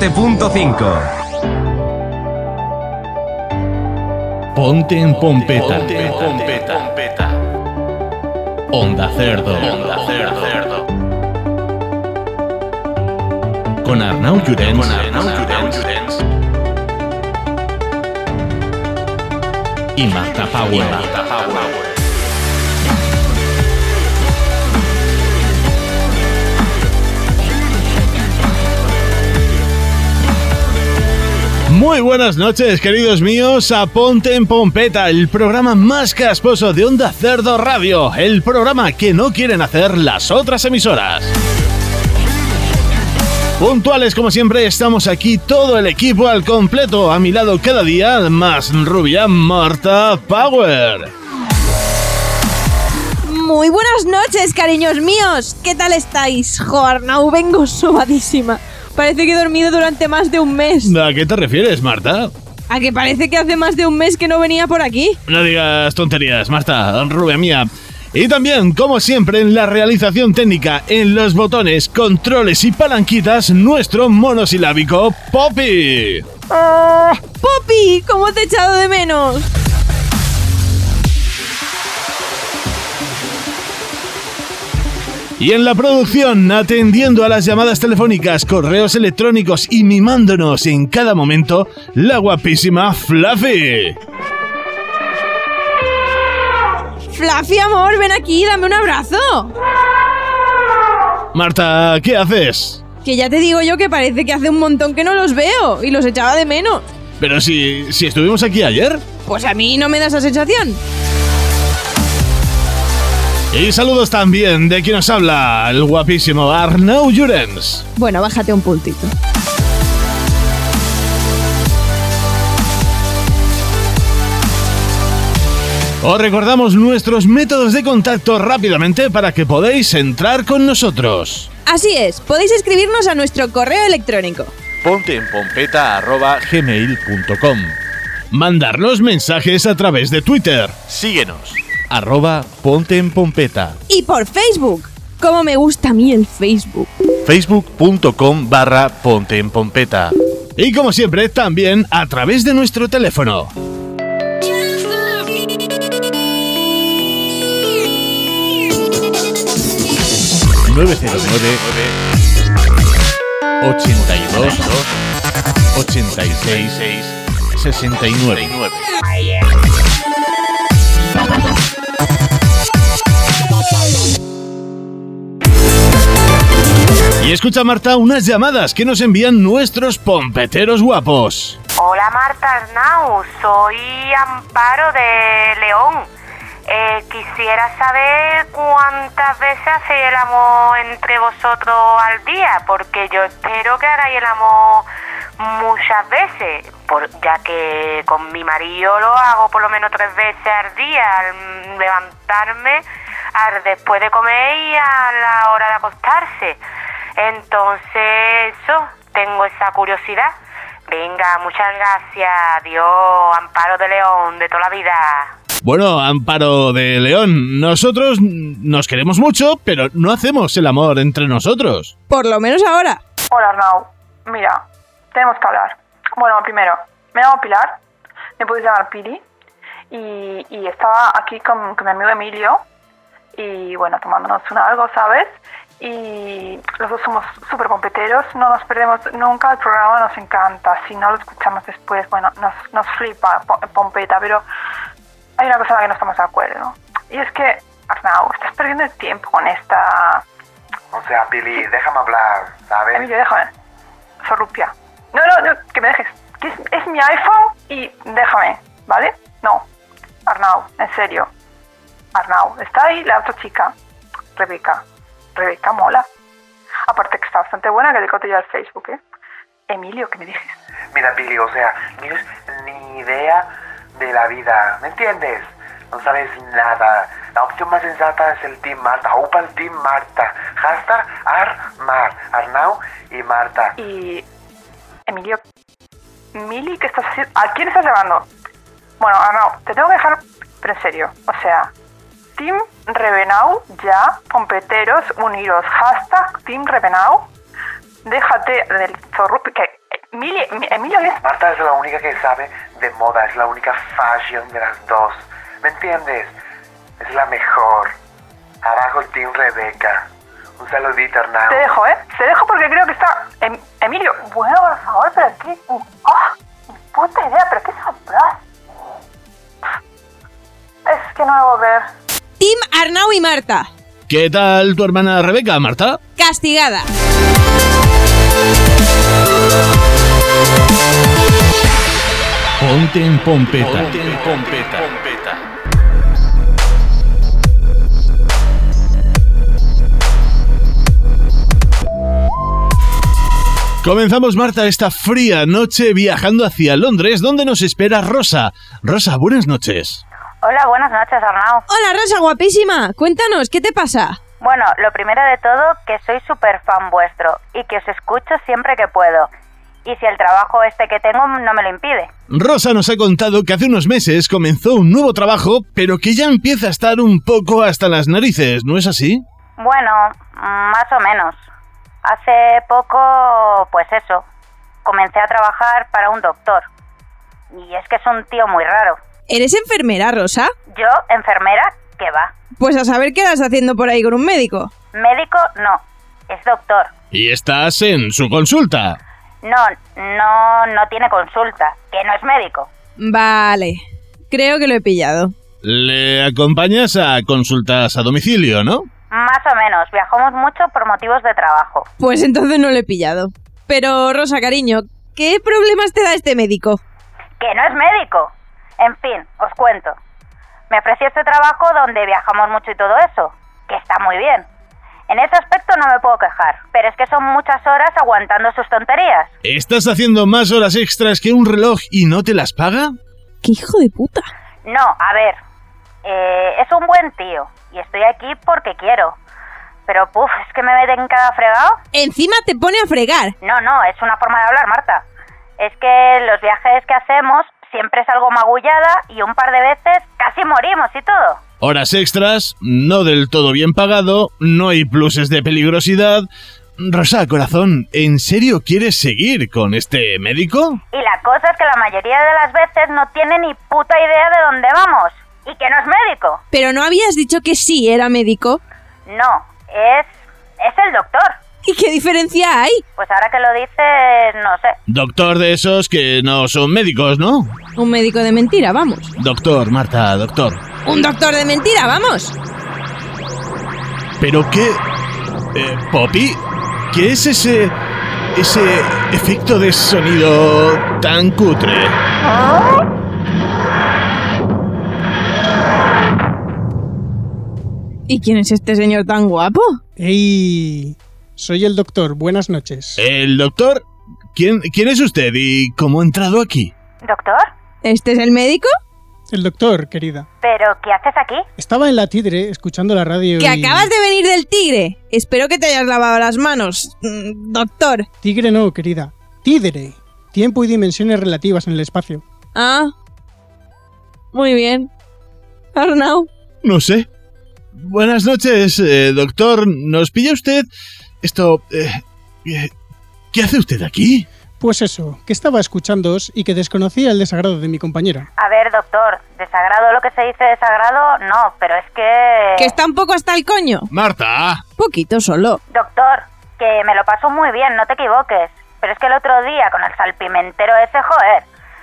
97.5. Ponte en Pompeta. Onda Cerdo. Con Arnau Llurens. Y Marta Power. Muy buenas noches, queridos míos, a Ponte en Pompeta, el programa más casposo de Onda Cerdo Radio, el programa que no quieren hacer las otras emisoras. Puntuales como siempre, estamos aquí todo el equipo al completo, a mi lado cada día, más rubia Marta Power. Muy buenas noches, cariños míos. ¿Qué tal estáis? Jo, Arnau, vengo sobadísima. Parece que he dormido durante más de un mes. ¿A qué te refieres, Marta? A que parece que hace más de un mes que no venía por aquí. No digas tonterías, Marta, rubia mía. Y también, como siempre, en la realización técnica, en los botones, controles y palanquitas, nuestro monosilábico Poppy. ¡Poppy! ¿Cómo te he echado de menos? Y en la producción, atendiendo a las llamadas telefónicas, correos electrónicos y mimándonos en cada momento, la guapísima Fluffy. Fluffy, amor, ven aquí, dame un abrazo. Marta, ¿qué haces? Que ya te digo yo que parece que hace un montón que no los veo y los echaba de menos. Pero si, si estuvimos aquí ayer. Pues a mí no me da esa sensación. Y saludos también de quien nos habla, el guapísimo Arnau Jurens. Bueno, bájate un pultito. Os recordamos nuestros métodos de contacto rápidamente para que podáis entrar con nosotros. Así es, podéis escribirnos a nuestro correo electrónico. Ponte en pompeta arroba gmail.com. Mandarnos mensajes a través de Twitter, Síguenos. Arroba ponte en pompeta. Y por Facebook. Como me gusta a mí el Facebook. Facebook.com barra ponte en pompeta. Y como siempre, también a través de nuestro teléfono. Y escucha, Marta, unas llamadas que nos envían nuestros pompeteros guapos. Hola Marta Arnau, soy Amparo de León. Eh, quisiera saber cuántas veces hacéis el amor entre vosotros al día, porque yo espero que hagáis el amor muchas veces, por- ya que con mi marido lo hago por lo menos tres veces al día, al levantarme, al después de comer y a la hora de acostarse. Entonces, eso, tengo esa curiosidad. Venga, muchas gracias. Adiós, Amparo de León, de toda la vida. Bueno, Amparo de León, nosotros nos queremos mucho, pero no hacemos el amor entre nosotros. Por lo menos ahora. Hola Arnau, mira, tenemos que hablar. Bueno, primero, me llamo Pilar, me podéis llamar Pili, y, y estaba aquí con, con mi amigo Emilio, y bueno, tomándonos un algo, ¿sabes? Y los dos somos súper pompeteros, no nos perdemos nunca, el programa nos encanta, si no lo escuchamos después, bueno, nos, nos flipa po- Pompeta, pero hay una cosa en la que no estamos de acuerdo, y es que, Arnau, estás perdiendo el tiempo con esta O sea, Pili, déjame hablar, ¿sabes? Emilio, déjame. Sorrupia. No, no, no, que me dejes. Que es, es mi iPhone y déjame, ¿vale? No. Arnau, en serio. Arnau, está ahí la otra chica. Rebeca. Rebeca mola. Aparte que está bastante buena, que le coté yo al Facebook, ¿eh? Emilio, que me dejes. Mira, Pili, o sea, no tienes ni idea de la vida, ¿me entiendes? No sabes nada. La opción más sensata es el Team Marta. Upa el Team Marta. Hashtag Armar. Arnau y Marta. Y. Emilio. Mili, ¿qué estás haciendo? ¿A quién estás llamando? Bueno, Arnau, te tengo que dejar. Pero en serio, o sea. Team Rebenau, ya, pompeteros, uniros. Hashtag Team Rebenau. Déjate del zorro. Que Emilio, Emilio es. Marta es la única que sabe de moda, es la única fashion de las dos. ¿Me entiendes? Es la mejor. Abajo el Team Rebeca. Un saludito, Hernán. Te dejo, ¿eh? Te dejo porque creo que está. Em- Emilio, bueno, por favor, pero qué. ¡Ah! Ni puta idea, pero qué sorpresa. Es que no lo voy a ver. Tim, Arnau y Marta. ¿Qué tal tu hermana Rebeca, Marta? Castigada. Ponte en pompeta. Pompeta. Comenzamos, Marta, esta fría noche viajando hacia Londres, donde nos espera Rosa. Rosa, buenas noches. Hola, buenas noches, Arnau. Hola, Rosa, guapísima. Cuéntanos, ¿qué te pasa? Bueno, lo primero de todo, que soy súper fan vuestro y que os escucho siempre que puedo. Y si el trabajo este que tengo no me lo impide. Rosa nos ha contado que hace unos meses comenzó un nuevo trabajo, pero que ya empieza a estar un poco hasta las narices, ¿no es así? Bueno, más o menos. Hace poco, pues eso, comencé a trabajar para un doctor. Y es que es un tío muy raro. ¿Eres enfermera, Rosa? Yo, enfermera, que va. Pues a saber qué estás haciendo por ahí con un médico. Médico, no. Es doctor. Y estás en su consulta. No, no, no tiene consulta. Que no es médico. Vale, creo que lo he pillado. Le acompañas a consultas a domicilio, ¿no? Más o menos. Viajamos mucho por motivos de trabajo. Pues entonces no lo he pillado. Pero, Rosa, cariño, ¿qué problemas te da este médico? que no es médico. En fin, os cuento. Me ofreció este trabajo donde viajamos mucho y todo eso, que está muy bien. En ese aspecto no me puedo quejar, pero es que son muchas horas aguantando sus tonterías. ¿Estás haciendo más horas extras que un reloj y no te las paga? ¡Qué hijo de puta! No, a ver, eh, es un buen tío y estoy aquí porque quiero. Pero, puf, es que me meten cada fregado. Encima te pone a fregar. No, no, es una forma de hablar, Marta. Es que los viajes que hacemos siempre es algo magullada y un par de veces casi morimos y todo. Horas extras, no del todo bien pagado, no hay pluses de peligrosidad. Rosa, corazón, ¿en serio quieres seguir con este médico? Y la cosa es que la mayoría de las veces no tiene ni puta idea de dónde vamos. Y que no es médico. Pero no habías dicho que sí era médico. No, es... es el doctor. ¿Y qué diferencia hay? Pues ahora que lo dices, no sé. Doctor de esos que no son médicos, ¿no? Un médico de mentira, vamos. Doctor, Marta, doctor. Un doctor de mentira, vamos. ¿Pero qué... Eh, Poppy? ¿Qué es ese... ese efecto de sonido tan cutre? ¿Y quién es este señor tan guapo? ¡Ey! Soy el doctor, buenas noches. El doctor... ¿Quién, ¿Quién es usted y cómo ha entrado aquí? ¿Doctor? ¿Este es el médico? El doctor, querida. ¿Pero qué haces aquí? Estaba en la tidre escuchando la radio Que y... acabas de venir del tigre. Espero que te hayas lavado las manos, mm, doctor. Tigre no, querida. Tídere. Tiempo y dimensiones relativas en el espacio. Ah. Muy bien. Arnau. No sé. Buenas noches, eh, doctor. ¿Nos pilla usted? Esto... eh, eh, ¿Qué hace usted aquí? Pues eso, que estaba escuchándoos y que desconocía el desagrado de mi compañera. A ver, doctor, desagrado lo que se dice desagrado, no, pero es que... Que está un poco hasta el coño. Marta. Poquito solo. Doctor, que me lo paso muy bien, no te equivoques. Pero es que el otro día con el salpimentero ese, joder,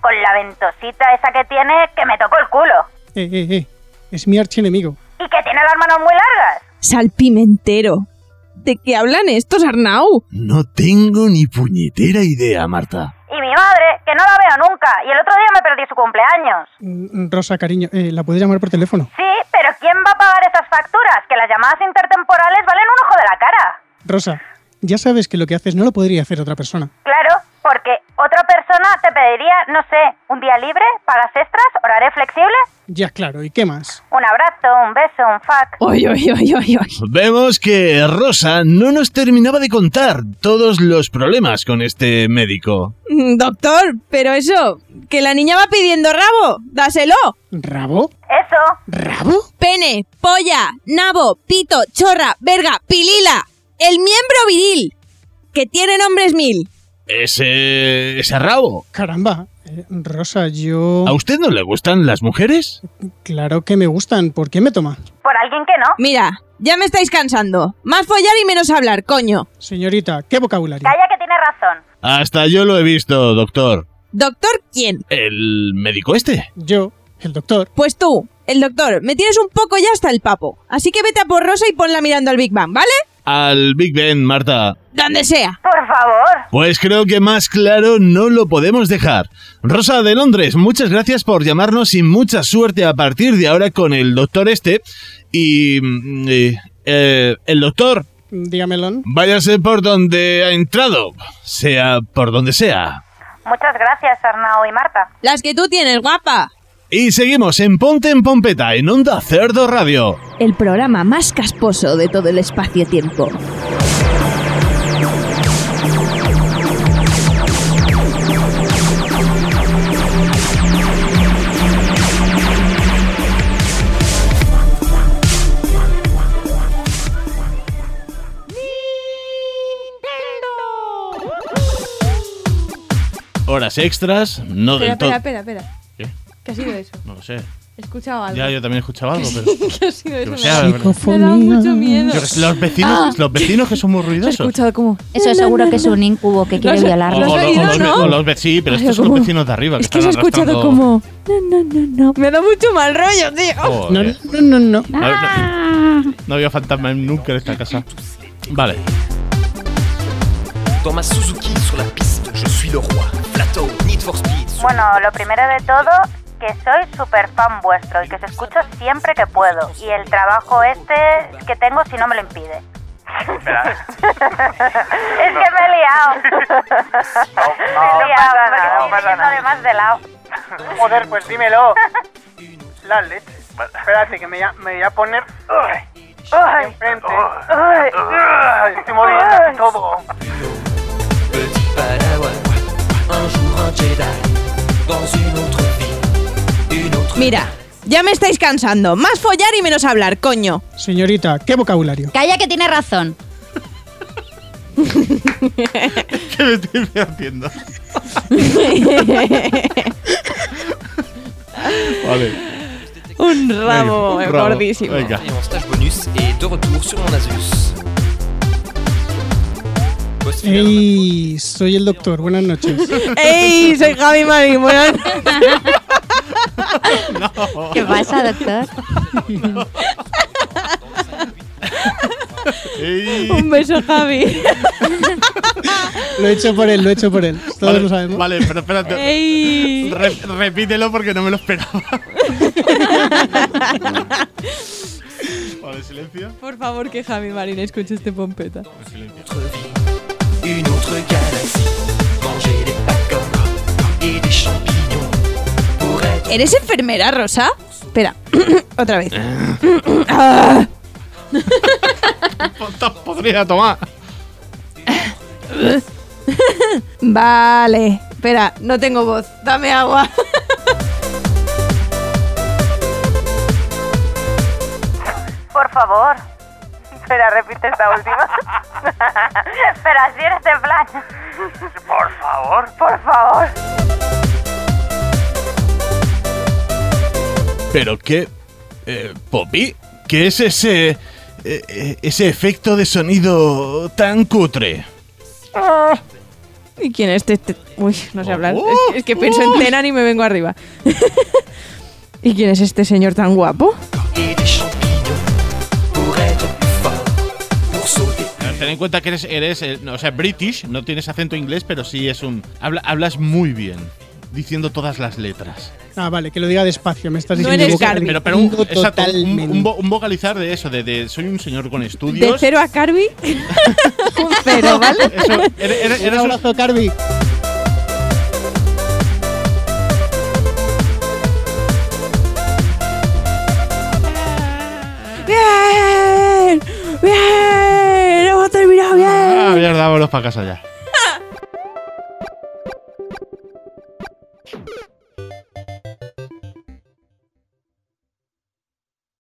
con la ventosita esa que tiene, que me tocó el culo. Eh, eh, eh. Es mi archienemigo. Y que tiene las manos muy largas. Salpimentero. ¿De qué hablan estos, Arnau? No tengo ni puñetera idea, Marta. Y mi madre, que no la veo nunca. Y el otro día me perdí su cumpleaños. Mm, Rosa, cariño, eh, ¿la puedes llamar por teléfono? Sí, pero ¿quién va a pagar esas facturas? Que las llamadas intertemporales valen un ojo de la cara. Rosa, ya sabes que lo que haces no lo podría hacer otra persona. Claro, porque otra persona te pediría, no sé, un día libre, pagas extras, horario flexible. Ya, claro, ¿y qué más? Un abrazo, un beso, un fuck. Oy, oy, oy, oy, oy. Vemos que Rosa no nos terminaba de contar todos los problemas con este médico. Mm, Doctor, pero eso, que la niña va pidiendo rabo, dáselo. ¿Rabo? Eso, ¿Rabo? Pene, polla, nabo, pito, chorra, verga, pilila. El miembro viril. que tiene nombres mil. Ese, ese rabo. Caramba. Eh, Rosa, yo... ¿A usted no le gustan las mujeres? Claro que me gustan. ¿Por qué me toma? Por alguien que no. Mira, ya me estáis cansando. Más follar y menos hablar, coño. Señorita, ¿qué vocabulario? Calla que tiene razón. Hasta yo lo he visto, doctor. ¿Doctor quién? El médico este. Yo, el doctor. Pues tú, el doctor. Me tienes un poco ya hasta el papo. Así que vete a por Rosa y ponla mirando al Big Bang, ¿vale? Al Big Ben, Marta. Donde sea. Por favor. Pues creo que más claro no lo podemos dejar. Rosa de Londres, muchas gracias por llamarnos y mucha suerte a partir de ahora con el doctor este. Y... mm, eh, eh, el doctor, Dígamelo. váyase por donde ha entrado. Sea por donde sea. Muchas gracias, Arnau y Marta. Las que tú tienes, guapa. Y seguimos en Ponte en Pompeta, en Onda Cerdo Radio. El programa más casposo de todo el espacio-tiempo. Horas extras, no Espera, del todo. espera, espera, espera. ¿Qué? ¿Qué ha sido eso? No lo sé. He escuchado algo. Ya, yo también escuchaba algo, pero. ¿Qué ha sido eso? Yo Me sé, da- a ver, Me da mucho miedo. yo que sé, los vecinos, los vecinos que son muy Lo he ruidosos. escuchado como... Eso es seguro que es un incubo que quiere sé. O, violarnos. ¿Lo o has lo- oído, o los, ve- no? o los vecinos, sí, pero Ay, estos son los ¿cómo? vecinos de arriba. Es que se ha están escuchado arrastrando- como... No, no, no, no. Me da mucho mal rollo, tío. No, Joder. no, no, no. A ver, no- no había fantasma nunca en esta casa. Vale. Dans ma Suzuki sur la piste, je suis le roi. Plateau, Need for Speed. Bueno, lo primero de todo, que soy súper fan vuestro y que os escucho siempre que puedo. Y el trabajo este que tengo, si no me lo impide. es que me he liado. me he liado, me estoy metiendo además de lado. Joder, pues dímelo. La leche. Espérate, que me, ya- me voy a poner. ¡Ay! ¡Ay! Enfrente. ¡Ay! ¡Ay! Estoy moviendo todo. Petit Padawan, un jour un Jedi. Dans une autre vie, une autre Mira, ya me estáis cansando. Más follar y menos hablar, coño. Señorita, ¿qué vocabulario? Calla que tiene razón. ¿Qué me estoy haciendo? vale. Un ramo Venga, bravo. eh, gordísimo. Venga. Et en stage bonus et de retour sur mon Asus. Voici la- Ey, soy el doctor. Buenas noches. ¡Ey! Soy Javi Marín. buenas- ¿Qué pasa, doctor? Ey. Un beso, Javi. Lo he hecho por él, lo he hecho por él. Todos Vale, lo sabemos. Vale, pero espérate. Ey. Re- repítelo porque no me lo esperaba. vale, silencio. Por favor, que Javi Marín escuche este pompeta. une autre galaxie. Manger des pacômes et des champignons pour être ¿Eres enfermera, Rosa? Espera, otra vez. Ah, ¿Cuántas podría tomar? vale. Espera, no tengo voz. Dame agua. Por favor. Espera, repite esta última. Pero así eres de plan. Por favor. Por favor. Pero qué... Eh, Poppy, ¿qué es ese... eh, eh, ese efecto de sonido tan cutre? ¿Y quién es este? este? Uy, no sé hablar. Oh, es, que, es que pienso en Tenan y me vengo arriba. ¿Y quién es este señor tan guapo? et des champignons pour être plus fort, pour sauter. Eh, Ten en cuenta que eres, eres eh, no, o sea, british, no tienes acento inglés, pero sí es un... habla- hablas muy bien, diciendo todas las letras. Ah, vale, que lo diga despacio. Me estás No diciendo eres vocabulario. Carmen. Pero, pero un, exacto, un- un, totalmente. vo- un vocalizar de eso, de, de soy un señor con De estudios. cero a Carvi. Un cero, ¿vale? Eso, eres- eres- Un eres un- abrazo, Carvi. ¡Bien! ¡Bien! ¡Hemos terminado bien! Ah, mierda, vámonos para casa ya.